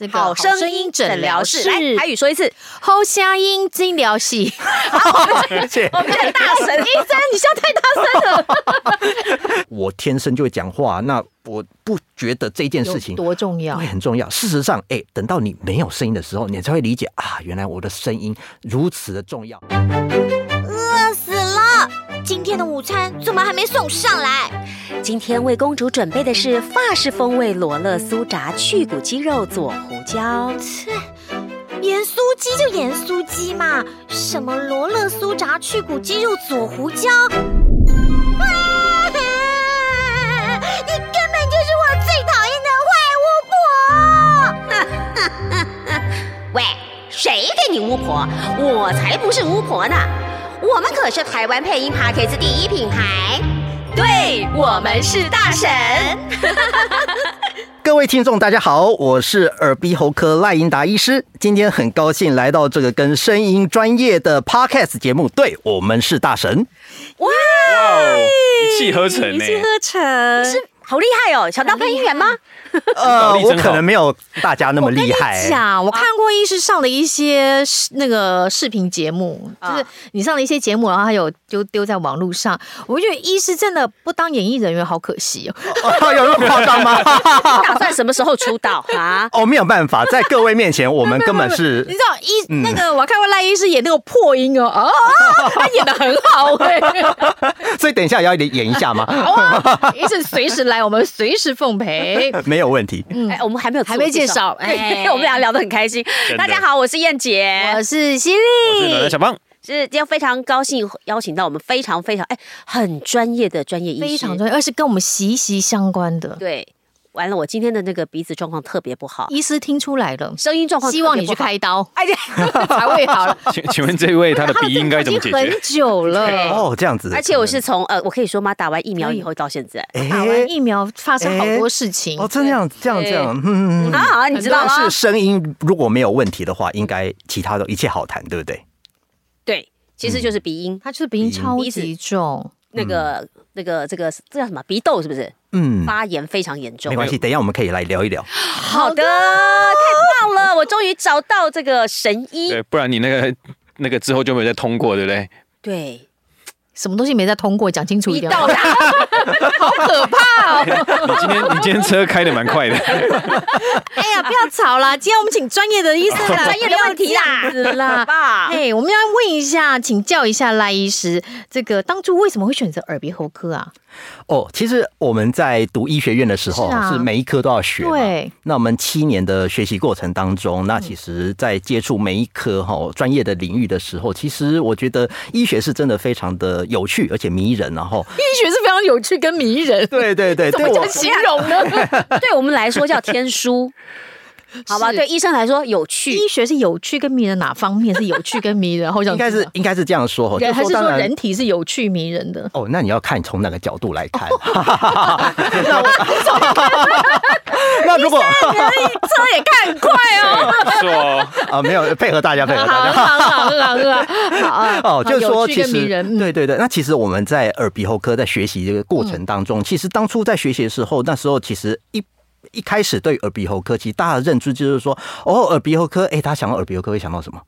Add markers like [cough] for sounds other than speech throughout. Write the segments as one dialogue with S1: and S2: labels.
S1: 这个
S2: 好声音诊疗室，来，
S3: 哎
S2: 台语说一次，
S1: 好声音诊疗室。
S4: [laughs] 谢
S2: 我们很大声，医生，你笑太大声了。
S4: 我天生就会讲话，那我不觉得这件事情
S1: 有多重要
S4: 会？很重要。事实上，哎、等到你没有声音的时候，你才会理解啊，原来我的声音如此的重要。
S5: 饿死了！今天的午餐怎么还没送上来？
S3: 今天为公主准备的是法式风味罗勒酥炸去骨鸡肉佐胡椒。
S5: 盐酥鸡就盐酥鸡嘛，什么罗勒酥炸去骨鸡肉佐胡椒，啊！你根本就是我最讨厌的坏巫婆！
S3: [laughs] 喂，谁给你巫婆？我才不是巫婆呢！我们可是台湾配音 p a c k a g e 第一品牌。对，我们是大神。
S4: 各位听众，大家好，我是耳鼻喉科赖英达医师。今天很高兴来到这个跟声音专业的 podcast 节目，对我们是大神。 [laughs]
S3: 哇，
S6: 哇哦，一气呵成
S2: 一
S6: 呢、
S2: 气呵成，
S3: 是好厉害哦，想当配音员吗？
S4: 呃，
S6: 力
S4: 我
S6: 真好
S4: 可能没有大家那么厉害。 [laughs]
S1: 讲，我看过医师上的一些视那个视频节目，就
S3: 啊
S1: 是你上了一些节目，然后还有就丢在网络上。我觉得医师真的不当演艺人员好可惜哦。
S4: 有那么夸张吗？
S3: 你打
S1: [laughs]
S3: 算什么时候出道啊？
S4: 哦，没有办法，在各位面前，我们根本是
S1: 你知道医、那个我看过赖医师演那个破音哦，啊，啊他演的很好哎、
S4: 所以等一下要演一
S1: [laughs]
S4: 下吗？
S1: 哇，医生随时来，我们随时奉陪。
S4: 没有问题。
S3: 哎，我们还没有自我
S1: 嗯还没
S3: [laughs]
S1: 介绍
S3: 哎，
S1: 哎
S3: 我们俩聊得很开心。
S6: 真的
S3: 大家好，我是燕姐
S1: 我，是犀
S6: 我是暖
S1: 利
S6: 暖，小棒，
S3: 是今天非常高兴邀请到我们非常非常哎很专业的专业医师，
S1: 非常专业，而是跟我们息息相关的。
S3: 对。完了，我今天的那个鼻子状况特别不好，
S1: 医师听出来了，
S3: 声音状况
S1: 希望
S3: 特
S1: 你
S3: 别不
S1: 去
S3: 好
S1: 开刀，哎， [laughs] 才会好
S6: [laughs]
S1: 了。
S6: 请请问这位他的鼻音该怎么解
S1: [laughs] 已经
S6: 决？哎
S1: 很久了。
S4: 哦，这样子。
S3: 而且我是从呃，我可以说吗？打完疫苗以后到现在，
S4: 哎
S1: 打完疫苗发生好多事情，
S4: 哦，
S6: 哎
S4: 真这样这样这样，嗯，
S3: 好好，啊你知道吗
S4: 是？声音如果没有问题的话，应该其他的一切好谈，对不对？
S3: 对，其实就是鼻
S6: 嗯
S3: 音，
S1: 他就是鼻音超级重，
S3: 那个那个这个这叫什么？鼻窦是不是
S4: 嗯，
S3: 发炎非常严重？
S4: 没关系，等一下我们可以来聊一聊。
S3: 好的，太棒了，我终于找到这个神医。
S6: 对，不然你那个那个之后就没有再通过，对不对？
S3: 对，
S1: 什么东西没在通过，讲清楚一
S3: 鼻
S1: 点。
S3: 窦啦，好可怕哦！
S6: 你今天你今天车开的蛮快的，
S1: 哎呀，不要吵 [laughs] 啦！今天我们请专业的医生来， [laughs]
S3: 专业的问题啦
S1: 不要这样子啦。 [laughs]
S3: 爸，
S1: 哎，我们要问一下，请教一下赖医师，这个当初为什么会选择耳鼻喉科啊？
S4: 哦，其实我们在读医学院的时候，
S1: 是啊
S4: 是每一科都要学嘛。
S1: 对，嗯
S4: 那我们七年的学习过程当中，那其实，在接触每一科哈、专业的领域的时候，其实我觉得医学是真的非常的有趣，而且迷人、
S1: [laughs]
S4: 然后，
S1: [laughs] 医学是非常有趣跟迷
S6: 哎
S1: 人，
S4: 对对对，对
S1: 这
S4: 我
S1: 么形容呢？
S3: 对我们来说叫天书，好吧？
S1: 是
S3: 对医生来说有趣
S1: 医，学是有趣跟迷人，哪方面是有趣跟迷人？好想
S4: 应该
S1: 知
S4: 是
S1: 道
S4: 应该是这样说哈，就
S1: 人还是
S4: 当
S1: 说
S4: 然
S1: 人体是有趣迷人的？
S4: 哦，那你要看从哪个角度来
S1: [laughs]
S4: 看。那我 [laughs] 那
S1: [laughs]
S4: 如果 [laughs]
S1: 这也看快哦。
S6: 不错哦，
S4: 啊没有配合大家配合
S1: 好，
S4: 大家。
S1: 很啊好，很好，很好，很好啊。
S4: 哦，就是
S1: 有
S4: 说，
S1: 趣
S4: 其
S1: 跟迷
S4: 实
S1: 人嗯
S4: 对对对，那其实我们在耳鼻喉科在学习这个过程当
S1: 嗯
S4: 中，其实当初在学习的时候，那时候其实一。一开始对耳鼻喉科，其实大家的认知就是说，哦，耳鼻喉科，哎、大家想到耳鼻喉科会想到什么？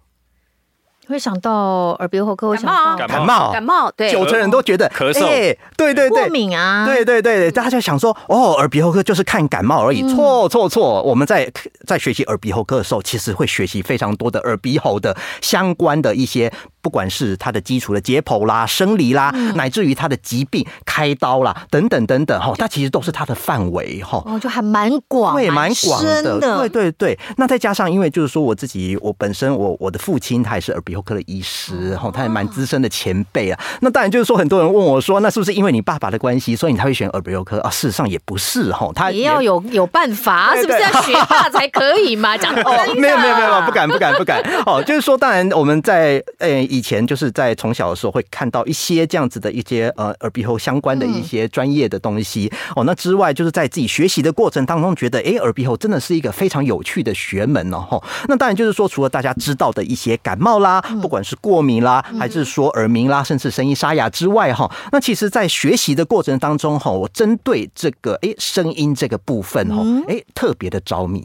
S1: 会想到呃耳鼻喉科，会想
S3: 感冒
S1: 到
S3: 啊
S4: 感
S6: 感
S4: 冒，
S3: 感冒对
S4: 九成人都觉得
S6: 咳嗽
S4: 哎对对对，
S1: 过敏啊，
S4: 对对对，大家就想说，哦，耳鼻喉科就是看感冒而已。错错错，我们在在学习耳鼻喉科的时候，其实会学习非常多的耳鼻喉的相关的一些，不管是它的基础的解剖啦、生理啦，乃至于它的疾病、开刀啦等等等等，哈、它其实都是它的范围，哈、
S1: 哦，就还蛮广，
S4: 对，蛮广
S1: 深
S4: 的，对
S1: 的。
S4: 对对。那再加上，因为就是说我自己，我本身我我的父亲他也是耳鼻喉科的医师，吼，他也蛮资深的前辈啊。那当然就是说，很多人问我说，那是不是因为你爸爸的关系，所以你才会选耳鼻喉科啊？事实上也不是，吼，他
S1: 也要。有有办法，
S4: 啊对
S1: 是不
S4: 对
S1: 是要学霸才可以
S4: [laughs]
S1: 嘛？讲真
S4: 哦，
S1: 的，
S4: 没有没有没有，不敢不敢不敢。 [laughs] 哦，就是说，当然我们在呃以前就是在从小的时候会看到一些这样子的一些呃耳鼻喉相关的一些专业的东西。哦，那之外就是在自己学习的过程当中，觉得诶耳鼻喉真的是一个非常有趣的学门哦。吼那当然就是说，除了大家知道的一些感冒啦，
S1: 嗯
S4: 不管是过敏啦，还是说耳鸣啦，甚至声音沙哑之外哈，那其实在学习的过程当
S1: 嗯
S4: 中哈，我针对这个诶声音这个部分哈，诶特别的着迷。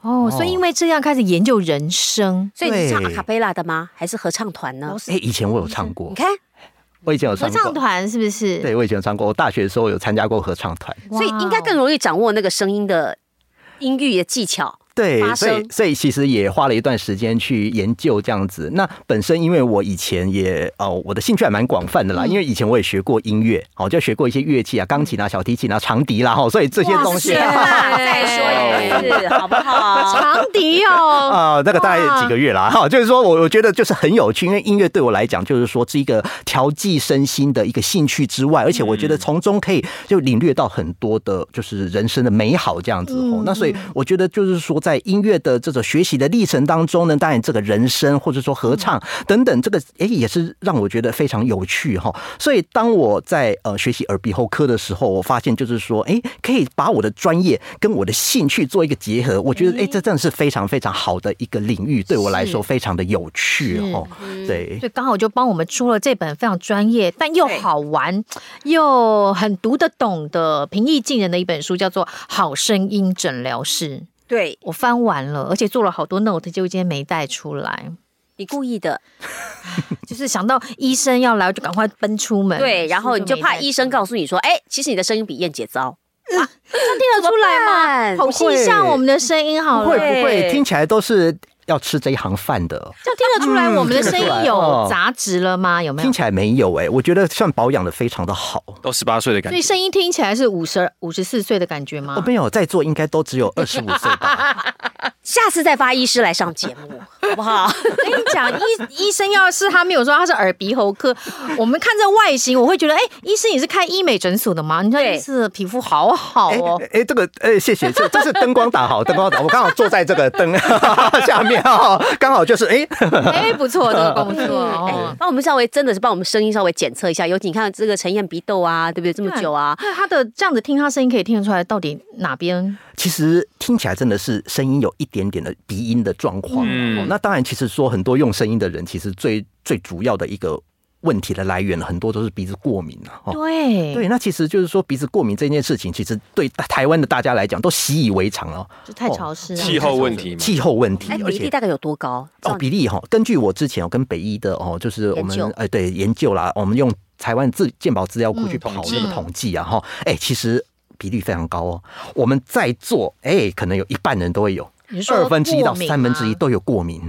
S1: 哦，所以因为这样开始研究人声，
S3: 所以你唱
S4: 对
S3: 阿卡贝拉的吗？还是合唱团呢？
S4: 哎、以前我有唱过
S3: 你，看，
S4: 我以前有
S1: 合
S4: 唱过，
S1: 唱团是不是？
S4: 哦对，我以前有唱过，我大学的时候有参加过合唱团。
S1: 哇哦，
S3: 所以应该更容易掌握那个声音的音域的技巧。
S4: 对
S3: 发，
S4: 所以
S3: 声
S4: 所以其实也花了一段时间去研究这样子。那本身因为我以前也哦，我的兴趣还蛮广泛的啦，因为以前我也学过音乐，哦，就学过一些乐器啊，钢琴啊、小提琴啊、长笛啦，哈，所以这些东西
S3: 是
S4: 啊，
S3: 吧再说一次，
S4: 哦
S3: 好不好？
S1: 长笛
S4: [laughs]
S1: 哦，
S4: 啊、那个大概几个月啦，哈，就是说我我觉得就是很有趣，因为音乐对我来讲就是说是一个调剂身心的一个兴趣之外，而且我觉得从中可以就领略到很多的，就是人生的美好这样子哦。那所以我觉得就是说在音乐的这种学习的历程当中呢，当然这个人声或者说合唱等等，这个诶也是让我觉得非常有趣哈、所以当我在呃学习耳鼻喉科的时候，我发现就是说，诶，可以把我的专业跟我的兴趣做一个结合，我觉
S1: 嗯
S4: 得诶，这真的是非常非常好的一个领域，对我来说非常的有趣哦。 [laughs]
S3: 嗯
S4: 对
S1: 所以刚好就帮我们出了这本非常专业，但又好玩，又很读得懂的平易近人的一本书，叫做《好声音诊疗室》。
S3: 对
S1: 我翻完了，而且做了好多 note，结果今天没带出来。
S3: 你故意的，
S1: 就是想到医生要来，我就赶快奔出门。
S3: 对，然后你就怕
S1: 没带
S3: 医生告诉你说，哎，其实你的声音比燕姐糟，啊
S1: 嗯听得出来吗？
S3: 怎
S1: 剖
S3: 么
S1: 析一下我们的声音好
S4: 不
S1: 了，
S4: 会
S3: 对
S4: 不会，听起来都是要吃这一行饭的。
S1: 这样听得出来我们的声音有杂质了吗？有没有
S4: 听？起来没有诶，我觉得算保养的非常的好。
S6: 都十八岁的感
S1: 所以
S6: 觉，
S1: 声音听起来是五十五十四岁的感觉吗
S4: 哦，？没有，在座应该都只有
S1: [laughs]
S4: 二十五岁吧？
S3: 下次再发医师来上节目，好不
S1: [laughs]
S3: 好？哎
S1: 我跟你讲，医医生要是他没有说他是耳鼻喉科，我们看这外形，我会觉得，哎、医生你是开医美诊所的吗？你看
S3: 对
S1: 医生的皮肤好好
S4: 哎 [laughs]
S1: 哦。
S4: 哎，这个哎，谢谢，这这是灯光打好，灯光打好，我刚好坐在这个灯 [laughs] 下面哦，刚好就是哎，
S1: 哎、不错，这个工作
S3: 哎
S1: 哦，。
S3: 帮我们稍微真的是帮我们声音稍微检测一下，尤其你看这个陈燕鼻窦啊，对不对？这么久啊，
S1: 那哎他的这样子听他声音，可以听得出来到底哪边
S4: 其实听起来真的是声音有一点点的鼻音的状况。
S6: 嗯
S4: 哦那当然，其实说很多用声音的人，其实最最主要的一个问题的来源，很多都是鼻子过敏啊。哦
S1: 对，
S4: 对，那其实就是说鼻子过敏这件事情，其实对台湾的大家来讲都习以为常了、
S1: 就太潮湿了。
S6: 哦气候问题嘛，
S4: 气候问题
S3: 哎，，
S4: 而
S3: 比
S4: 且
S3: 例大概有多高？
S4: 哦，比例哈，根据我之前有跟北医的哦，就是我们
S3: 研究
S4: 呃对研究啦，我们用台湾自健保资料库去跑
S6: 嗯统计
S4: 那个统计啊哈，哎、其实比例非常高哦，我们在座哎、可能有一半人都会有，
S1: 你是说
S4: 二分之一到
S1: 过敏吗
S4: 三分之一都有过敏。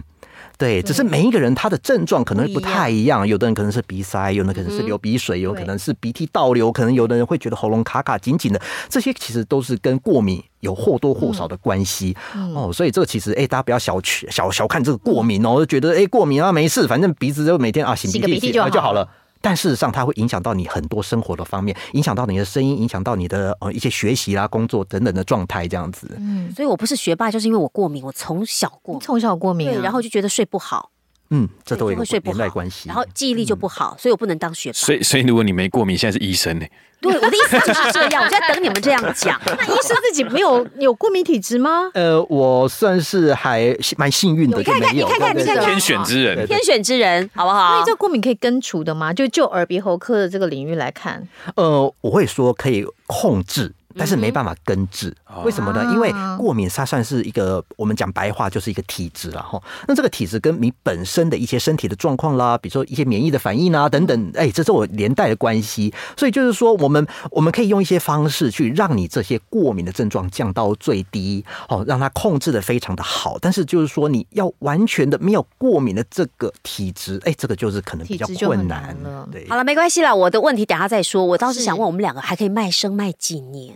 S4: 对，只是每一个人他的症状可能不太一样，有的人可能是鼻塞，有的人可能是流鼻水，有可能是鼻涕倒流，可能有的人会觉得喉咙卡卡紧紧的，这些其实都是跟过敏有或多或少的关系、
S1: 嗯
S4: 哦。所以这个其实，哎、大家不要小觑小小看这个过敏哦，就觉得哎、过敏啊没事，反正鼻子就每天啊擤
S1: 擤
S4: 鼻
S1: 个
S4: 涕
S1: 鼻涕
S4: 擤
S1: 就
S4: 就
S1: 好
S4: 好了。但事实上，它会影响到你很多生活的方面，影响到你的声音，影响到你的呃一些学习啦、工作等等的状态，这样子。
S3: 所以我不是学霸，就是因为我过敏，我从小过
S1: 你
S3: 敏，
S1: 从小过敏、啊，
S3: 对，然后就觉得睡不好，
S4: 嗯，这都
S3: 对
S4: 有
S3: 就会睡不
S4: 连带
S3: 好
S4: 关系。嗯
S3: 然后记忆力就不好，所以我不能当学霸。
S6: 所以所以如果你没过敏，现在是医生呢，
S3: 对，我的意思就是这样，我在等你们这样讲。
S1: 那医生自己没有有过敏体质
S4: [laughs]
S1: 吗？
S4: 呃，我算是还蛮幸运的，
S3: 你
S4: 就
S3: 看看
S4: 没有。
S3: 你看看
S4: 对
S3: 你看
S4: 对啊
S3: 看
S6: 天选之人
S4: 对。
S3: 天选之人，好不
S1: 所
S4: 啊
S3: 好
S1: 以？这过敏可以根除的吗？就就耳鼻喉科的这个领域来看，
S4: 呃，我会说可以控制。但是没办法根治，为什么呢？因为
S1: 啊
S4: 过敏它算是一个我们讲白话就是一个体质了哈。那这个体质跟你本身的一些身体的状况啦，比如说一些免疫的反应啊等等，哎，这都有连带的关系。所以就是说，我们我们可以用一些方式去让你这些过敏的症状降到最低，哦，让它控制的非常的好。但是就是说，你要完全的没有过敏的这个体质，哎，这个就是可能比较
S1: 体质就很
S4: 困
S1: 难
S4: 难
S1: 了
S4: 对，
S3: 好了，没关系啦，我的问题等下再说。我倒是想
S1: 是
S3: 问，我们两个还可以卖声卖几年？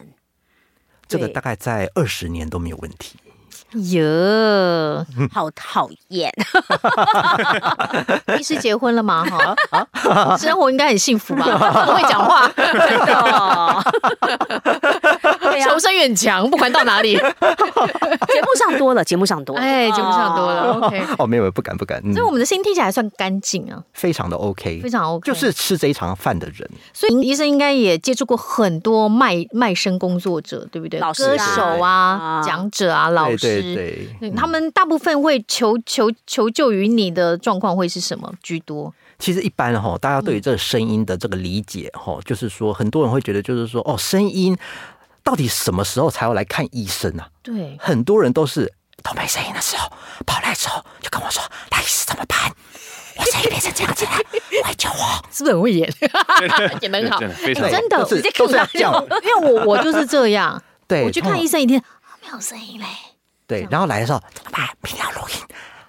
S4: 这个
S3: 对
S4: 大概在二十年都没有问题。
S1: 哟，
S3: 好讨
S1: [laughs]
S3: 厌， [laughs]
S1: 医师结婚了吗？哈， [laughs] 生活应该很幸福吧？不会讲话，
S2: 啊
S3: 真的哦。对呀、
S1: 求生欲很强，不管到哪里。
S3: 节目上多了，节目上多了， [laughs]
S1: 哎，节目上多了，OK。
S4: 哦，没有，没有不敢不敢，嗯
S1: 所以，我们的声音听起来还算干净啊，
S4: 非常的 OK，
S1: 非常 OK。
S4: 就是，吃这一场饭的人，
S1: 所以医生应该也接触过很多卖卖身工作者，对不对？
S3: 老师啊
S1: 歌手啊
S3: 啊、
S1: 讲者啊、老
S4: 对
S1: 师，
S4: 对对，
S1: 对他们大部分会求求求救于你的状况会是什么居多？
S4: 其实一般哈，大家对于这个声音的这个理解
S1: 嗯
S4: 哈，就是说很多人会觉得，就是说哦，声音到底什么时候才要来看医生啊？
S1: 对，
S4: 很多人都是。都没声音的时候，跑来的时候就跟我说：“大医师怎么办？我声音变成这样子了，快救
S1: [laughs]
S4: 我
S1: 是不是很会演？演的很好
S6: 真，的非！”常好
S1: 哎真的
S4: 都是都是要这样。
S1: 因为我我就是这样，
S4: 对，
S1: [laughs] 我去看医生一天，
S5: 没
S3: 哎
S5: 有声音嘞。
S4: 对，然后来的时候怎么办？明天要录音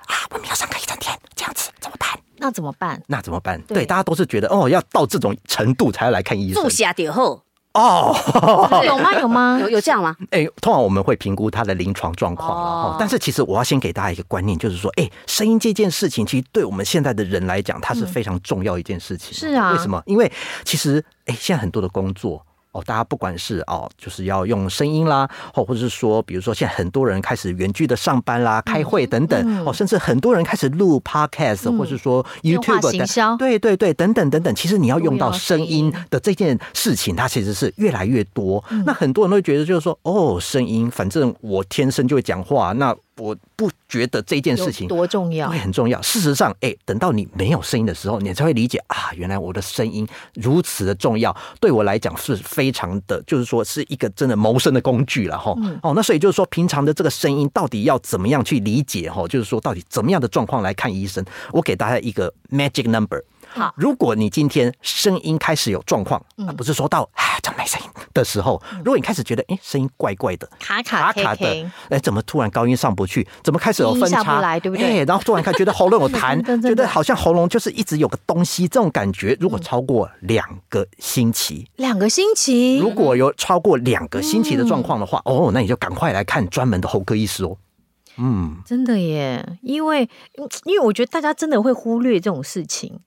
S4: 啊，我们要上课一整天，这样子怎么办？
S1: 那怎么办？
S4: 那怎么办？
S1: 对
S4: 对，大家都是觉得哦，要到这种程度才要来看医生
S3: 住下点后
S4: 哦。
S1: 有吗？有吗
S4: [laughs]
S3: 有？有这样吗？
S4: 哎、通常我们会评估他的临床状况啦
S3: 哦
S4: 哦，但是其实我要先给大家一个观念，就是说，哎、声音这件事情，其实对我们现在的人来讲，它是非常重要一件事情。哦
S1: 是啊
S4: 为什么？因为其实，哎、现在很多的工作。哦，大家不管是哦，就是要用声音啦，哦，或者是说，比如说现在很多人开始远距的上班啦、开会等等，哦，甚至很多人开始录 podcast，、或是说
S1: 电话
S4: YouTube
S1: 行销
S4: 等，对对对，等等等等。其实你要用到声音
S1: 重要
S4: 的这件事情，它其实是越来越多。那很多人都会觉得，就是说，哦，声音，反正我天生就会讲话，那我不觉得这件事
S1: 有
S4: 情
S1: 多重要
S4: 会？很重要。事实上，哎、等到你没有声音的时候，你才会理解啊，原来我的声音如此的重要，对我来讲是非常的，就是说是一个真的谋生的工具了哈。
S1: 嗯
S4: 哦，那所以就是说，平常的这个声音到底要怎么样去理解哈？就是说，到底怎么样的状况来看医生？我给大家一个 magic number。
S1: 好嗯
S4: 如果你今天声音开始有状况，啊不是说到啊怎么没声音的时候，如果你开始觉得哎声音怪怪的，
S1: 卡
S4: 卡
S1: 卡 K
S4: 卡的
S1: K，，
S4: 哎，怎么突然高音上不去？怎么开始有分
S1: 低音下
S4: 叉？
S1: 不来对不对
S4: 哎然后突然看觉得喉
S1: [laughs]
S4: 咙有痰
S1: 真的真，的嗯
S4: 觉得好像喉咙就是一直有个东西，这种感觉如果超过两个星期，
S1: 两个星期
S4: 如果有超过两个星期的
S1: 嗯
S4: 状况的话，哦，那你就赶快来看专门的喉科医师哦。嗯，
S1: 真的耶，因为嗯因为我觉得大家真的会忽略这种事情，
S3: 因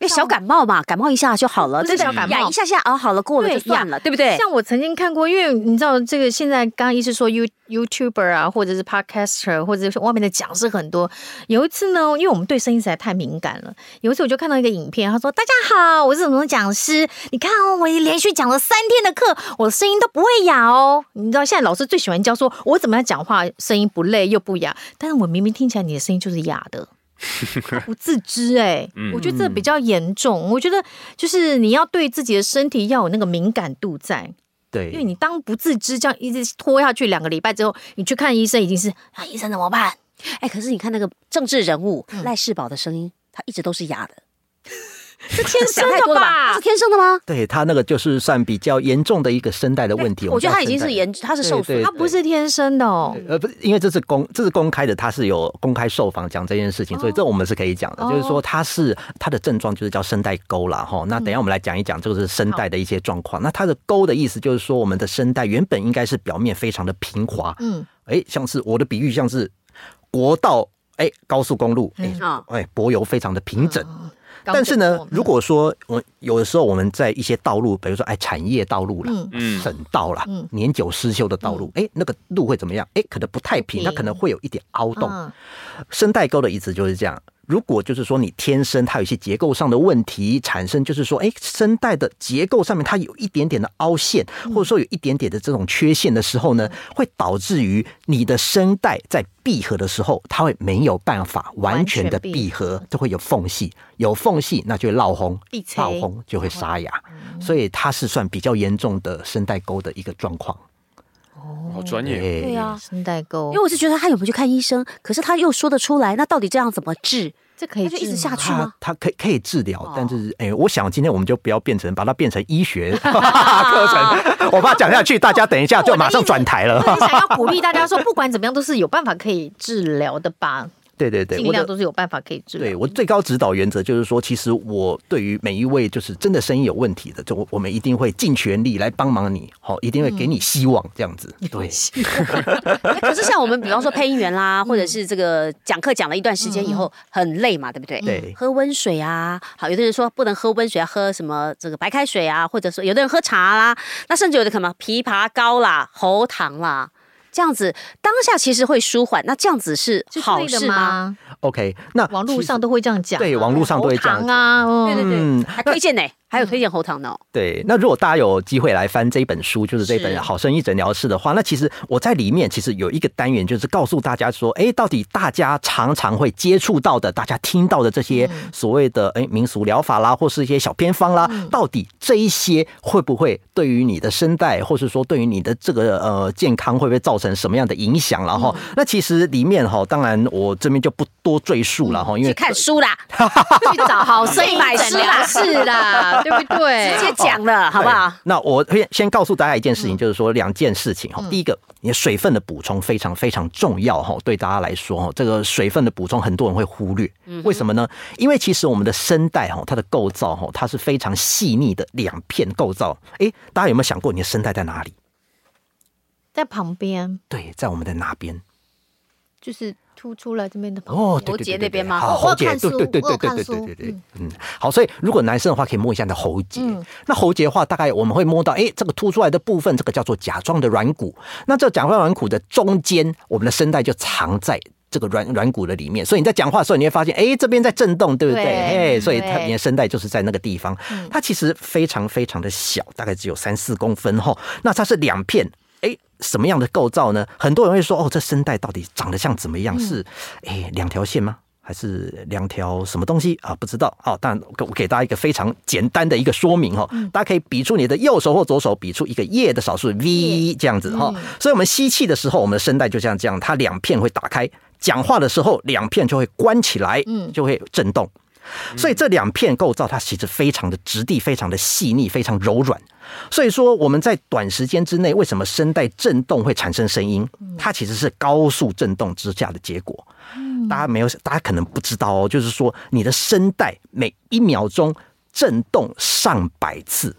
S3: 为哎小感冒嘛，感冒一下就好了，
S1: 不是
S3: 这
S1: 小感冒
S3: 呀一下下哦，好了，过了就算了，对不对？
S1: 像我曾经看过，因为你知道这个现在刚刚医师说 You YouTuber 啊，或者是 Podcaster，或者是外面的讲师很多。有一次呢，因为我们对声音实在太敏感了，有一次我就看到一个影片，他说：“大家好，我是什么什么讲师？你看哦，我连续讲了三天的课，我的声音都不会哑哦。”你知道现在老师最喜欢教说我怎么样讲话，声音不累又不哑，但是我明明听起来你的声音就是哑的。他不自知哎、我觉得这比较严重。我觉得就是你要对自己的身体要有那个敏感度在，
S4: 对，
S1: 因为你当不自知这样一直拖下去两个礼拜之后，你去看医生已经是
S3: 啊
S5: 那医生怎么办？
S3: 哎，可是你看那个政治人物
S1: 嗯
S3: 赖世宝的声音，他一直都是哑的，
S1: 这天
S3: 想
S2: [laughs]
S3: 太多了吧？他是天生的吗？
S4: 对他那个就是算比较严重的一个声带的问题。
S3: 我觉得
S4: 们
S3: 他
S4: 叫
S3: 已经
S4: 声
S3: 是
S4: 带
S3: 严，他是受
S4: 对
S3: 损
S4: 对。
S1: 他不是天生的哦。
S4: 呃，不是，因为这是公这是公开的，他是有公开受访讲这件事情，所以这我们是可以讲的，就是说他是他的症状就是叫声带沟啦。哈。那等一下我们来讲一讲这个是声带的一些状况。那它的沟的意思就是说，我们的声带原本应该是表面非常的平滑，
S1: 嗯，
S4: 哎，像是我的比喻像是国道，哎，高速公路，哎
S3: 嗯，
S4: 哎，柏油非常的平整。但是
S1: 刚
S4: 呢
S1: 才我，
S4: 如果说我有的时候我们在一些道路，比如说哎产业道路啦、
S6: 嗯
S4: 省道啦、年久失修的道路，哎、那个路会怎么样？哎，可能不太平，
S1: 不平
S4: 它可能会有一点凹洞。
S6: 啊
S1: 嗯
S4: 声带沟的意思就是这样。如果就是说你天生它有一些结构上的问题产生，就是说，哎，声带的结构上面它有一点点的凹陷，或者说有一点点的这种缺陷的时候呢，会导致于你的声带在闭合的时候，它会没有办法完全的
S1: 完全闭
S4: 闭合，就会有缝隙，有缝隙那就会落红
S1: 闭，塞
S4: 落红就会沙哑，所以它是算比较严重的声带沟的一个状况。哎
S6: 好专业。哦
S4: 对
S3: 对啊，
S1: 声带沟，
S3: 因为我是觉得他有没有去看医生，可是他又说得出来，那到底这样怎么治？
S1: 这可以
S3: 他就一
S1: 治
S3: 直
S1: 吗哦
S3: 下去
S4: 它
S3: 吗？
S4: 它可以可以治疗，但是哎、我想今天我们就不要变成把它变成
S1: [laughs]
S4: 医学课程，我怕讲下去，大家等一下就马上转台
S1: [laughs]
S4: 了。
S1: 我想要鼓励大家说，不管怎么样都是有办法可以治疗的吧，
S4: 对对对，
S1: 尽
S4: 我
S1: 量
S4: 的
S1: 都是有办法可以治疗。嗯
S4: 对我最高指导原则就是说，其实我对于每一位就是真的声音有问题的，就我我们一定会尽全力来帮忙你，好，一定会
S1: 嗯
S4: 给你希望这样子。
S1: [laughs]
S4: 对，
S3: [laughs] 可是像我们，比方说配音员啦，或者是这个讲课讲了一段时间以后，很累嘛，对不对？
S4: 对
S3: 喝温水啊，好，有的人说不能喝温水，要喝什么这个白开水啊，或者说有的人喝茶啦，那甚至有的可能枇杷膏啦、喉糖啦，这样子当下其实会舒缓。那这样子是
S1: 是
S3: 好
S1: 对的
S3: 事吗？
S1: 吗？
S4: ，OK，那
S1: 网络
S4: 其实
S1: 上都会这样讲啊，
S4: 对网络上都会这样
S1: 喉糖啊，嗯
S3: 对对对，
S4: 嗯
S3: 还推荐呢、
S2: 还有推荐喉糖呢、哦，
S4: 对，那如果大家有机会来翻这本书，就是这本
S2: 是
S4: 《好生意诊疗室》的话，那其实我在里面其实有一个单元，就是告诉大家说，哎，到底大家常常会接触到的、大家听到的这些所谓的哎民俗疗法啦，或是一些小偏方啦，到底这一些会不会对于你的声带，或是说对于你的这个呃健康，会不会造成什么样的影响了哈？那其实里面哈，当然我这边就不多赘述了嗯哈，因
S2: 去
S4: 为
S2: 看书啦，
S1: 去找好生意
S2: 买
S1: 诊
S2: 书
S1: 疗
S2: 啦
S1: 室啦，对不对？
S2: 直接讲了，好不好？嗯
S4: 对？哎那我先先告诉大家一件事情，就是说两件事情哈。第一个，你的水分的补充非常非常重要哈，对大家来说哈，这个水分的补充很多人会忽略，
S2: 嗯
S4: 为什么呢？因为其实我们的声带哈，它的构造哈，它是非常细腻的两片构造。诶，大家有没有想过你的声带在哪里？
S1: 在旁边
S4: 对，在我们的哪边？
S1: 就是突出了这边的旁边。
S4: 哦，对
S2: 喉
S4: 对
S2: 结
S4: 对
S2: 那
S4: 对
S2: 边
S4: 对
S2: 吗
S4: 好，
S5: 我
S4: 喉
S5: 有
S4: 结，
S5: 看
S4: 对
S5: 书
S4: 对对
S5: 我
S4: 对
S5: 有
S4: 对
S5: 看
S4: 对
S5: 书
S4: 对对对，嗯，好，所以如果男生的话，可以摸一下你的喉结。
S5: 嗯
S4: 那喉结的话，大概我们会摸到，哎，这个凸出来的部分，这个叫做甲状的软骨。那这甲状软骨的中间，我们的声带就藏在。这个软软骨的里面，所以你在讲话的时候，你会发现，哎，这边在震动，对不对？
S1: 对
S4: 哎，所以它
S1: 对
S4: 你的声带就是在那个地方，它其实非常非常的小，大概只有三四公分哈。那它是两片，哎，什么样的构造呢？很多人会说，哦，这声带到底长得像怎么样？是，哎，两条线吗？还是两条什么东西啊？不知道。好、但我给我给大家一个非常简单的一个说明哦，大家可以比出你的右手或左手比出一个叶的少数 V 这样子哈、所以我们吸气的时候，我们的声带就像这样，它两片会打开；讲话的时候，两片就会关起来，就会震动。所以这两片构造它其实非常的质地，非常的细腻，非常柔软。所以说我们在短时间之内，为什么声带震动会产生声音？它其实是高速震动之下的结果。大家没有，大家可能不知道哦，就是说你的声带每一秒钟震动上百次。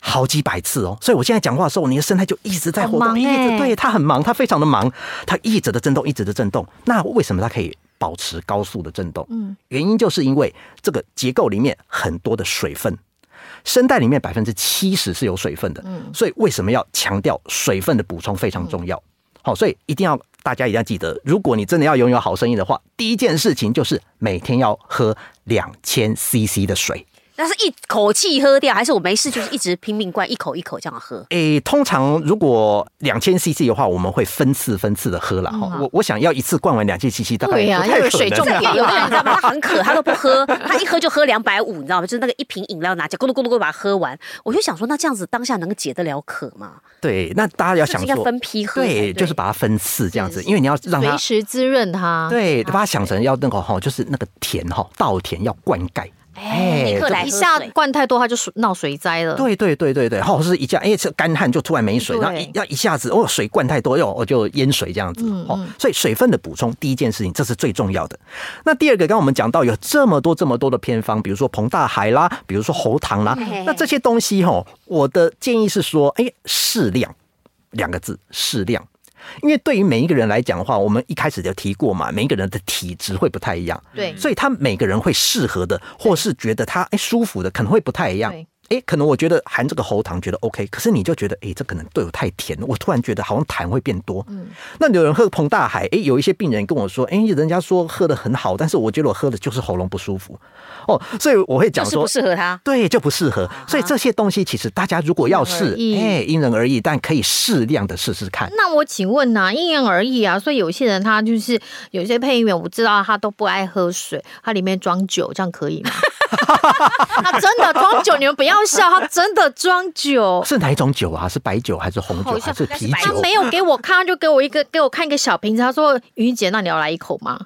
S4: 好几百次哦，所以我现在讲话的时候，你的声带就一直在活
S1: 很忙
S4: 动，一
S1: 欸
S4: 直对它很忙，它非常的忙，它一直的震动，一直的震动。那为什么它可以保持高速的震动？嗯，原因就是因为这个结构里面很多的水分，声带里面百分之七十是有水分的，
S1: 嗯
S4: 所以为什么要强调水分的补充非常重要？
S1: 嗯
S4: 好、所以一定要大家一定要记得，如果你真的要拥有好声音的话，第一件事情就是每天要喝两千 CC 的水。
S2: 那是一口气喝掉，还是我没事就是一直拼命灌，一口一口这样喝？
S4: 诶，通常如果两千 CC 的话，我们会分次分次的
S2: 嗯
S4: 喝啦。哈、我我想要一次灌完两千 CC，大概
S1: 对呀
S4: 不
S1: 要
S4: 太
S1: 有
S4: 可
S1: 水
S4: 能
S1: 中
S4: 啊
S1: 毒
S2: 因为有的人你知道吗？他很渴，他都不喝，他一喝就喝两百五，你知道吗？就是那个一瓶饮料拿起来，咕噜咕噜咕噜把它喝完。我就想说，那这样子当下能解得了渴吗？
S4: 对，那大家要
S2: 是
S4: 想
S2: 不是应该
S4: 说
S2: 分批喝才对
S4: 对，就是把它分次这样子，因为你要让它
S1: 随时滋润
S2: 啊
S1: 它，
S4: 对，把它想成要那个哈，就是那个田哈，稻田要灌溉。哎
S2: 立刻来
S1: 一
S2: 喝
S1: 下
S2: 水
S1: 灌太多，它就水闹水灾了。
S4: 对对对对对，或者是一下，哎，这干旱就突然没水，
S1: 对
S4: 然后一要一下子哦，水灌太多，哟，我就淹水这样子。哦，所以水分的补充，第一件事情，这是最重要的。那第二个，刚刚我们讲到有这么多这么多的偏方，比如说膨大海啦，比如说喉糖啦，嗯那这些东西哈，我的建议是说，哎，适量两个字，适量。因为对于每一个人来讲的话，我们一开始就提过嘛，每一个人的体质会不太一样，
S1: 对
S2: 嗯
S4: 所以他每个人会适合的，或是觉得他哎舒服的，可能会不太一样
S1: 对。
S4: 哎，可能我觉得含这个喉糖觉得 OK，可是你就觉得哎，这可能对我太甜，我突然觉得好像痰会变多。嗯，那有人喝膨大海，哎，有一些病人跟我说，哎，人家说喝的很好，但是我觉得我喝的就是喉咙不舒服。哦，所以我会讲
S2: 就是
S4: 说
S2: 不，适合 [laughs] 他。
S4: 对，就不适合。所以这些东西其实大家如果要试，
S1: 因人而异
S4: 哎，因人而异，但可以适量的试试看。
S1: 那我请问呐、因人而异啊。所以有些人他就是有些配音员，我知道他都不爱喝水，他里面装酒，这样可以吗？ [laughs] 他真的装酒，你们不要笑，他真的装酒。
S4: 是哪一种酒啊？是白酒还是红酒
S1: 好
S4: 还
S1: 像
S4: 是啤
S1: 他
S4: 酒？嗯
S1: 没有给我看，他就给我一个给我看一个小瓶子，他说：“云姐，那你要来一口吗？”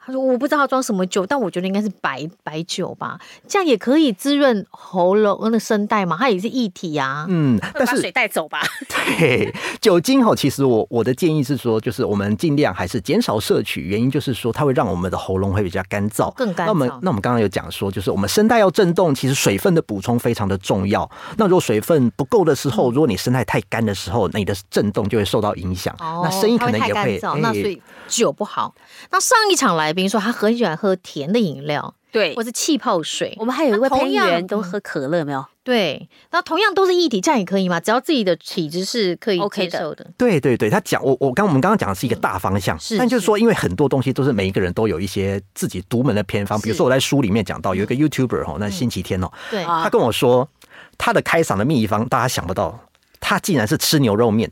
S1: 他说：“我不知道他装什么酒，但我觉得应该是白白酒吧，这样也可以滋润喉咙那个声带嘛，它也是液体啊。
S4: 嗯，但
S2: 把
S4: 是
S2: 水带走吧，
S4: 对， [laughs] 酒精哦，其实我我的建议是说，就是我们尽量还是减少摄取，原因就是说它会让我们的喉咙会比较干燥，
S1: 更干燥
S4: 那我们那我们刚刚有讲说，就是我们声带要震动，其实水分的补充非常的重要。那如果水分不够的
S1: 嗯
S4: 时候，如果你声带太干的时候，那你的震动就会受到影响，
S1: 哦，
S4: 那声音
S1: 它
S4: 可能也
S1: 太
S4: 会
S1: 干燥，那
S4: 哎
S1: 所以酒不好。那上一场来宾说他很喜欢喝甜的饮料，
S2: 对
S1: 或是气泡水
S2: 我。们还有一位
S1: 那同
S2: 配音员
S1: 样
S2: 都喝可乐，没有？
S1: 对，那同样都是液体，这样也可以吗？只要自己的体质是可以
S2: OK
S1: 接
S2: 的
S1: 受的。
S4: 对对对，他讲我我刚我们刚刚讲的是一个大方向，
S1: 是
S4: 但就是说，因为很多东西都是每一个人都有一些自己独门的偏方，比如说我在书里面讲到有一
S1: 嗯
S4: 个 YouTuber 哦，那星期天哦，
S1: 对，
S2: 啊
S4: 他跟我说他的开嗓的秘方，大家想不到，他竟然是吃牛肉面。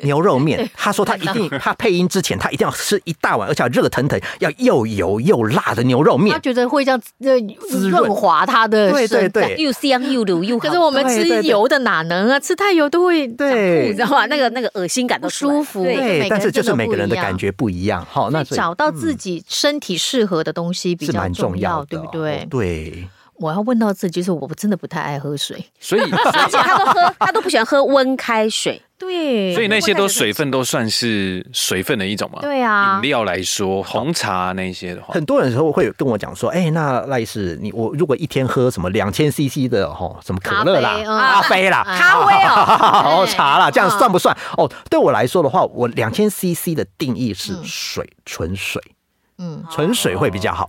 S4: 牛
S1: [laughs]
S4: 肉面，他说他一定，他配音之前他一定要吃一大碗，而且要热腾腾，要又油又辣的牛肉面
S1: 他。觉得会这样呃
S4: 滋润
S1: 润滑他的
S4: 对对
S1: 声带
S4: 对
S2: 又香又流又好，
S1: 可是我们
S4: 对对
S1: 吃
S4: 对
S1: 油的哪能啊？吃太油都会
S2: 你
S4: 对
S2: 知道吗？那个那个恶心感都
S1: 不
S2: 出来了
S1: 舒服。
S2: 对
S1: 每个
S4: 对，
S1: 人
S4: 但是就是每个人的
S1: 真
S4: 感
S1: 不一样。
S4: 觉不一样，好，哦那所以嗯
S1: 找到自己身体适合的东西比
S4: 是
S1: 较
S4: 蛮重要
S1: 要，
S4: 的，
S1: 对不
S4: 哦
S1: 对？
S4: 对。
S1: 我要问到自己，就是我真的不太爱喝水。
S6: 所以
S2: 而且他都喝，他都不喜欢喝温开水。
S1: 对，
S6: 所以那些
S1: 我
S6: 都
S1: 感觉
S6: 水分都算是水分的一种嘛？
S1: 对啊
S6: 饮料来说，红茶那些的话，
S4: 很多人时候会跟我讲说，哎、那赖氏，你我如果一天喝什么两千 CC 的哦，什么可乐啦
S1: 咖啡、嗯
S4: 咖啡啦、
S1: 咖
S2: 啡哦
S4: [laughs] 哦、
S1: 对
S4: 茶啦，这样
S1: 嗯
S4: 算不算？哦，对我来说的话，我两千 CC 的定义是水，纯、水。
S1: 嗯
S4: 纯水会比较好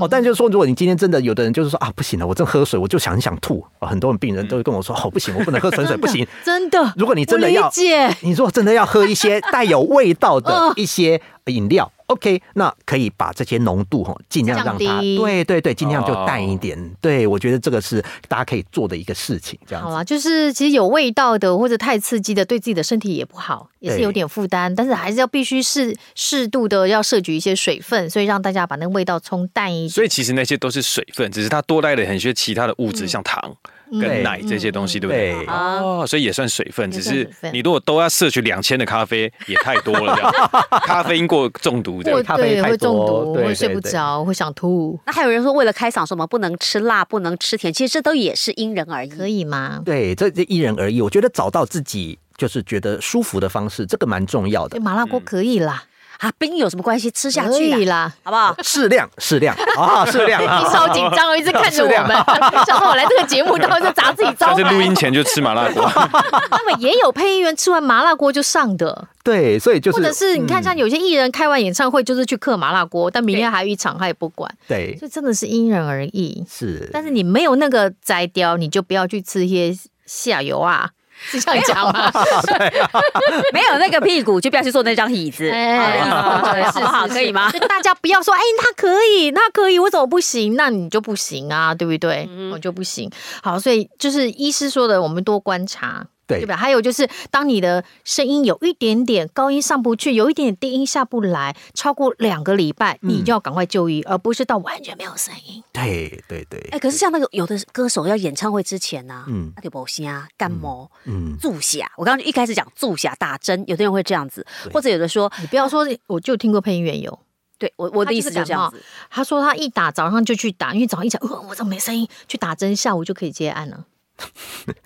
S4: 哦，但就是说，如果你今天真的有的人就是说啊，不行了，我真喝水，我就想想吐。哦很多人病人都会跟我说，哦，不行，我不能喝纯水，不行。
S1: 真的，
S4: 如果你真的
S1: 我理
S4: 要
S1: 解，
S4: [laughs] 你如果真的要喝一些带有味道的
S1: 嗯
S4: 一些饮料、o k 那可以把这些浓度哈，尽量让它
S1: 降低
S4: 对对对，尽量就
S6: 哦
S4: 淡一点。对我觉得这个是大家可以做的一个事情，这样
S1: 好啊
S4: 子。
S1: 啦，就是其实有味道的或者太刺激的，对自己的身体也不好，也是有点负担。但是还是要必须适适度的要摄取一些水分，所以让大家把那个味道冲淡一点。
S6: 所以其实那些都是水分，只是它多带了很些其他的物质，像糖跟奶这些东西，嗯对不对
S4: 对？
S2: 嗯
S6: 哦，所以也算水分，
S1: 也
S6: 只
S1: 算
S6: 是
S1: 水分
S6: 你如果都要摄取两千的咖啡，也太多了，这样
S2: [laughs]
S6: 咖啡因过中毒这
S1: 或
S6: 样。
S4: 咖啡
S1: 对
S4: 太
S1: 会中
S4: 多
S1: 毒，
S4: 对
S1: 会睡
S4: 对
S1: 不
S4: 对
S1: 着，会想吐，
S2: 那还有人说，为了开嗓说我们不能吃辣，不能吃甜，其实这都也是因人而异。
S1: 可以吗？
S4: 对，这这因人而异。我觉得找到自己就是觉得舒服的方式，这个蛮重要的
S1: 对，。麻辣锅可以啦，
S2: 啊，冰有什么关系？吃下
S1: 可
S2: 去
S1: 以
S2: 啦，
S1: 啦。
S2: 好不好？
S1: [laughs]
S4: 适量，适量啊，适量啊。
S1: 你好紧张哦，一直看着我
S4: [laughs] 是
S1: 们， [laughs] 想说我来这个节目，然后就砸自己招
S4: [laughs]
S6: 但是录
S1: 牌。
S6: 音前就吃麻辣
S2: [laughs]
S6: 锅，
S1: 他们也有配音员吃完麻辣锅就上的，
S4: [laughs] 对，所以就是，嗯
S1: 或者是你看，像有些艺人开完演唱会就是去嗑麻辣锅，但明
S2: 对
S1: 天还有一场他也不管，
S4: 对，
S1: 所以真的是因人而异。
S4: 是。
S1: 但是你没有那个摘雕，你就不要去吃一些下游啊，是这样讲吗？
S2: [laughs] 没有那个屁股，就不要去坐那张椅子，
S1: 哎，
S2: 好不好？
S1: 是
S2: 可以吗？
S1: 是？是大家不要说，哎，他可以，他可以，我怎么不行？那你就不行啊，对不对？
S2: 嗯
S1: 我就不行。好，所以就是医师说的，我们多观察。
S4: 对
S1: 对吧？还有就是，当你的声音有一点点高音上不去，有一点点低音下不来，超过两个礼拜，你就要赶快就医，而不是到完全没有声音。
S4: 对对对
S2: 哎、，可是像那个有的歌手要演唱会之前呢、
S4: 嗯
S2: 他就某些啊，干毛、
S4: 嗯，
S2: 注下。我刚刚一开始讲注下打针，有的人会这样子，或者有的说，
S1: 你不要说，我就听过配音员有，
S2: 对我我的意思就
S1: 他就是
S2: 这样子，
S1: 他说他一打早上就去打，因为早上一讲，呃，我怎么没声音？去打针，下午就可以接案了。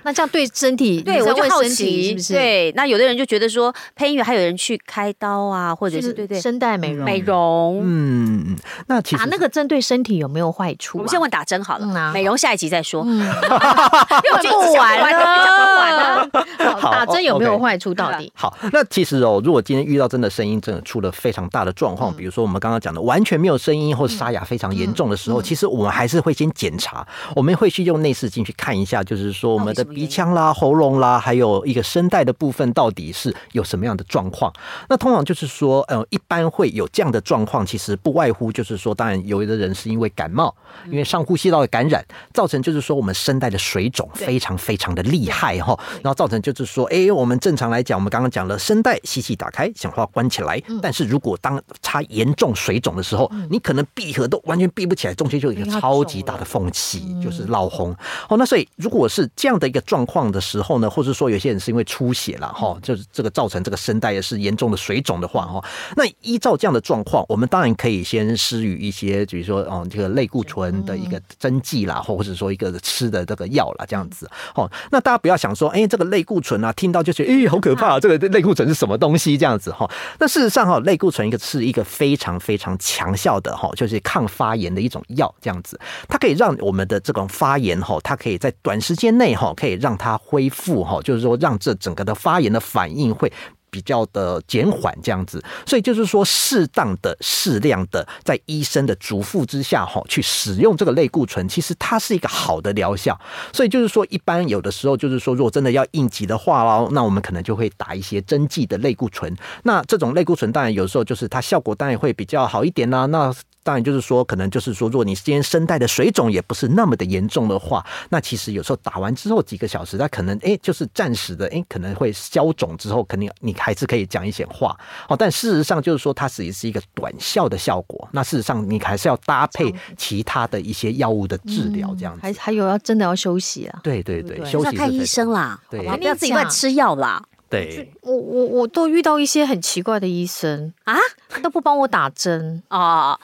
S1: 那这样对身体，
S2: 对
S1: 你
S2: 我
S1: 在
S2: 就
S1: 问
S2: 好
S1: 身体
S2: 奇，
S1: 是不是？，
S2: 对，那有的人就觉得说，配音员还有人去开刀啊，或者
S1: 就是是
S2: 对
S1: 对
S2: 对
S1: 对，声带美容，
S2: 美容。
S4: 嗯，那其实
S1: 打那个针对身体有没有坏处、
S2: 我
S1: 啊？
S2: 们先问打针好了，
S1: 嗯啊
S2: 美容下一集再 [laughs] 说。
S1: 嗯，
S2: 因为我觉得一直讲
S1: 不完了
S2: 了，讲不完了。
S4: [laughs]
S1: 好打针有没有坏处？
S2: 好
S1: 到
S2: ，OK
S1: 底？
S4: 好，那其实哦，如果今天遇到真的声音真的出了非常大的状
S2: 嗯
S4: 况，比如说我们刚刚讲的完全没有声音或沙哑非常严重的时
S2: 嗯
S4: 候，其实我们还是会先检查，我们会去用内视镜去看一下，就是说我们
S2: 到底
S4: 的
S2: 什么原
S4: 鼻
S2: 因
S4: 腔啦、喉咙啦，还有一个声带的部分到底是有什么样的状况。那通常就是说，呃，一般会有这样的状况，其实不外乎就是说，当然有的人是因为感冒，因
S1: 嗯
S4: 为上呼吸道的感染，造成就是说我们声带的水肿非常非常的厉害哈，然后造成就是说，哎，我们正常来讲，我们刚刚讲了，声带吸气打开，讲话关起来，
S1: 嗯
S4: 但是如果当它严重水肿的时候，你可能闭合都完全闭不起来，中间就有一个
S1: 哎呀
S4: 超级
S1: 肿
S4: 大
S1: 了嗯
S4: 的缝隙，就是闹红。哦，那所以如果是这样的一个状况的时候呢，或者说有些人是因为出血了哈、
S1: 嗯
S4: 就是这个造成这个声带也是严重的水肿的话哈、那依照这样的状况，我们当然可以先施予一些，比如说哦、这个类固醇的一个针剂啦，或或者说一个吃的这个药啦，这样子。哦，那大家不要想说，哎，这个类固醇啊，听到就觉得，哎，好可怕、啊，这个类固醇是什么东西这样子哈、哦那事实上哈、类固醇一个是一个非常非常强效的哈、就是抗发炎的一种药这样子。它可以让我们的这种发炎哈，它可以在哦短时间内哈，可以让它恢复哈，就是说让这整个的发炎的反应会。比较的减缓这样子。所以就是说，适当的、适量的，在医生的嘱咐之下，哈，去使用这个类固醇，其实它是一个好的疗效。所以就是说，一般有的时候就是说，如果真的要应急的话喽，那我们可能就会打一些针剂的类固醇。那这种类固醇当然有时候就是它效果当然会比较好一点啦、那当然就是说，可能就是说，如果你今天声带的水肿也不是那么的严重的话，那其实有时候打完之后几个小时，它可能哎就是暂时的哎可能会消肿之后，肯定你还是可以讲一些话。好，但事实上就是说，它只是一个短效的效果。那事实上你还是要搭配其他的一些药物的治疗，这样子。
S1: 嗯还还有要真的要休息啊。
S4: 对对对，
S1: 对
S4: 休息
S2: 要
S4: 是
S2: 看
S4: 非
S2: 医
S4: 常
S2: 生啦，
S4: 对
S2: 好吧不要自己乱吃药啦。
S4: 对。
S1: 我我我都遇到一些很奇怪的医生
S2: 啊，
S1: 都不帮我打针，
S2: 哦，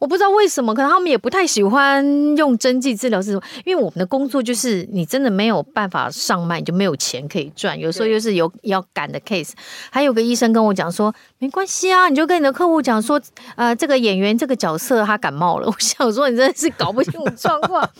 S1: 我不知道为什么，可能他们也不太喜欢用针剂治疗是什么，因为我们的工作就是你真的没有办法上班，你就没有钱可以赚，有时候又是有要赶的 case。还有个医生跟我讲说，没关系啊，你就跟你的客户讲说，呃，这个演员这个角色他感冒了，我 [laughs] 想说你真的是搞不清楚状况哦，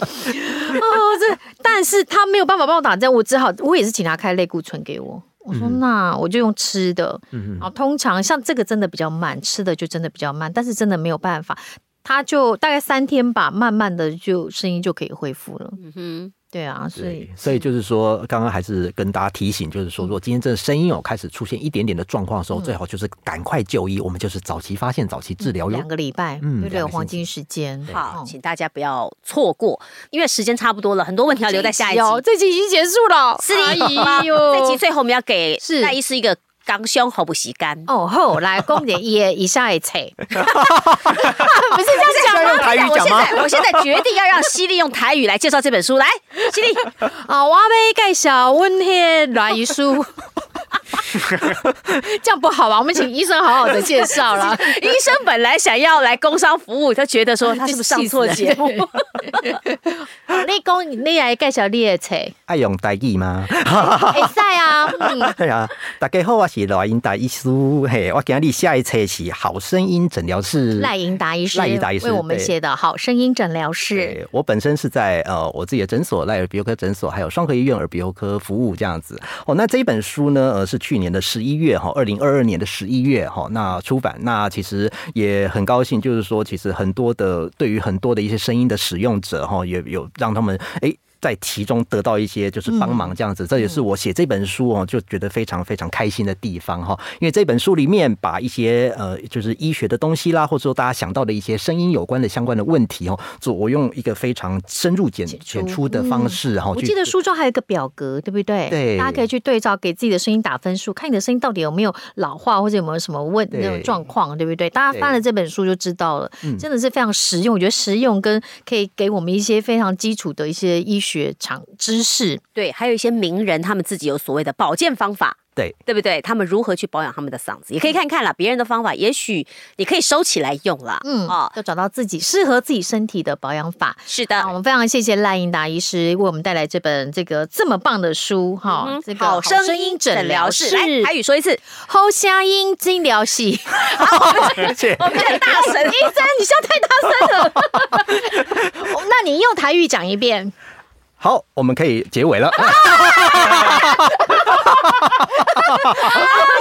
S1: 这但是他没有办法帮我打针，我只好我也是请他开类固醇给我。我说那我就用吃的，嗯，好，通常像这个真的比较慢，吃的就真的比较慢，但是真的没有办法，他就大概三天吧，慢慢的就声音就可以恢复了。
S2: 嗯哼，
S1: 对啊，所
S4: 对
S1: 以，嗯
S4: 所以就是说，刚刚还是跟大家提醒，就是说，如果今天这个声音有开始出现一点点的状况的时候，最好就是赶快就医，我们就是早期发现、早期治疗哟
S1: 两。个礼拜，
S4: 嗯
S1: 对不对？
S4: 两
S1: 有
S4: 个
S1: 黄
S4: 星
S1: 金时间，
S2: 好，
S1: 嗯
S2: 请大家不要错过，因为时间差不多了，很多问题要留在下一集。
S1: 有这集已经结束了，
S2: [laughs]
S1: 哎
S2: 是的，
S1: 阿姨哟
S2: 这集最后我们要给
S1: 是
S2: 赖医师一个刚胸喉不吸干。
S1: [laughs] 哦吼，来公点一以下一
S4: [laughs]
S1: 切，不是这样讲。
S4: 要用台语
S2: 我
S4: 讲
S2: 现
S4: 吗？
S2: 在我现在决定要让犀利用台语来介绍这本书，来，犀利，
S1: 啊，我要介绍阮迄阮医师。 [laughs] 这样不好吧？我们请医生好好的介绍
S2: [laughs]
S1: 啦。
S2: 医生本来想要来工商服务，他觉得说他是不是上错节目？
S1: 你讲你来介绍你的册，
S4: 爱用台语吗？
S1: 会使啊。嗯，
S4: 哎呀，大家好，我是罗英达医师，嘿，我今日下一册是好声音诊疗室。
S1: 赖莹达医师，
S4: 赖莹达医师
S1: 为我们
S4: 对
S1: 写的好声音诊疗室。
S4: 对我本身是在呃我自己的诊所赖耳鼻喉科诊所，还有双河医院耳鼻喉科服务这样子。哦，那这一本书呢，呃，是去年的十一月哈，二零二二年的十一月哈、那出版。那其实也很高兴，就是说，其实很多的对于很多的一些声音的使用者哈、也有让他们哎。在其中得到一些就是
S1: 嗯
S4: 帮忙这样子，这也是我写这本书哦，就觉得非常非常开心的地方哈。因为这本书里面把一些呃，就是医学的东西啦，或者说大家想到的一些声音有关的相关的问题哦，做我用一个非常深入简简出的方式哈，
S1: 嗯我
S4: 去
S1: 记得书中还有一个表格，对不对？
S4: 对
S1: 大家可以去对照，给自己的声音打分数，看你的声音到底有没有老化或者有没有什么问
S4: 对嗯
S1: 那种状况，对不对？大家翻了这本书就知道了，真的是非常实用。我觉得实用跟可以给我们一些非常基础的一些医学常知识。
S2: 对，还有一些名人，他们自己有所谓的保健方法，
S4: 对
S2: 对不对？他们如何去保养他们的嗓子，也可以看看啦，别人的方法，也许你可以收起来用啦。
S1: 嗯，
S2: 哦，
S1: 要找到自己适合自己身体的保养法。
S2: 是
S1: 啊，我
S2: 的，
S1: 们非常谢谢赖英达医师为我们带来这本这个这么棒的书哈、
S2: 嗯
S1: 这个
S2: 好声音诊疗室，
S1: 哎
S2: 哎来，台语说一次，
S1: 后下音精
S2: [laughs]
S1: 疗系。
S2: 我们的大 [laughs] 神
S1: 医生，你笑太大
S2: [laughs]
S1: 声了。哦那你用台语讲一遍，
S4: 好，我们可以结尾了。啊
S2: 真哦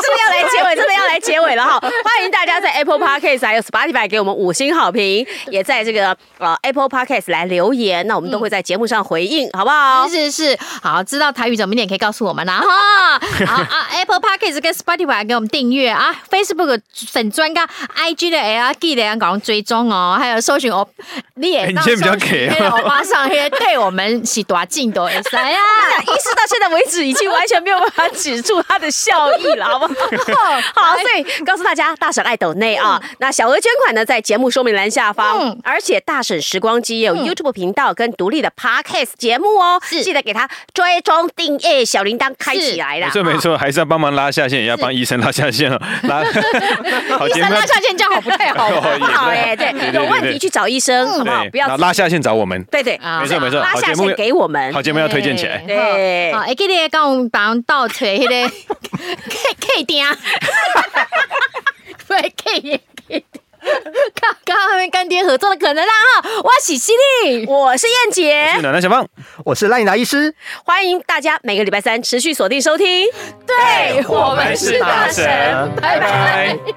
S2: 的要来结尾，真的要来结尾了 [laughs] 哈！欢迎大家在 Apple Podcast 还有 Spotify 给我们五星好评，也在这个呃 Apple Podcast 来留言，那我们都会在节目上回应，好不好？
S1: 是是是，好，知道台语怎么念可以告诉我们啦
S6: [laughs]
S1: 哈。好啊，Apple Podcast 跟 Spotify 给我们订阅啊，Facebook 粉专跟 IG 的 L G 的要赶快追踪哦，还有搜寻哦，你也
S6: 哎你现在比较 care
S1: 欧巴上黑对我们是多进多哎
S6: [laughs]
S1: 塞啊。
S2: [laughs] 医师到现在为止已经完全没有办法止住他的笑意了，好不好？好，所以告诉大家，大婶爱抖内啊，那小额捐款呢，在节目说明栏下方
S1: 嗯，
S2: 而且大婶时光机也有 YouTube 频道跟独立的 Podcast 节目哦，记得给他追踪订阅，小铃铛开起来啦。
S6: 没错没
S2: [laughs]
S6: 错，还是要帮忙拉下线，也要帮医生拉下线了。拉，好，
S1: 医生拉下线这样好不太好
S6: 哦也
S2: 不好哎，对
S6: 对对，对
S2: 有问
S6: 对
S2: 题去找医生，好不好？
S6: 对
S2: 不要
S6: 拉拉下线找我们，
S2: 对对，
S1: 啊
S6: 没错没错，
S2: 拉
S6: 好
S2: 下
S6: 节
S2: 线
S6: 目要
S2: 给我们
S6: 好。节目要推荐起来。
S2: 对
S1: 好，哎，记得跟我们帮倒锤迄个 K K [laughs] 钉，不是 K 也 [laughs] K 看跟他们干爹合作的可能啦哈，我是犀利，
S2: 我是燕姐
S6: 是，暖男小胖。
S4: 我是赖颖达医师。
S2: 欢迎大家每个礼拜三持续锁定收听。
S6: 对
S2: 我们是大
S6: 哎神，拜拜。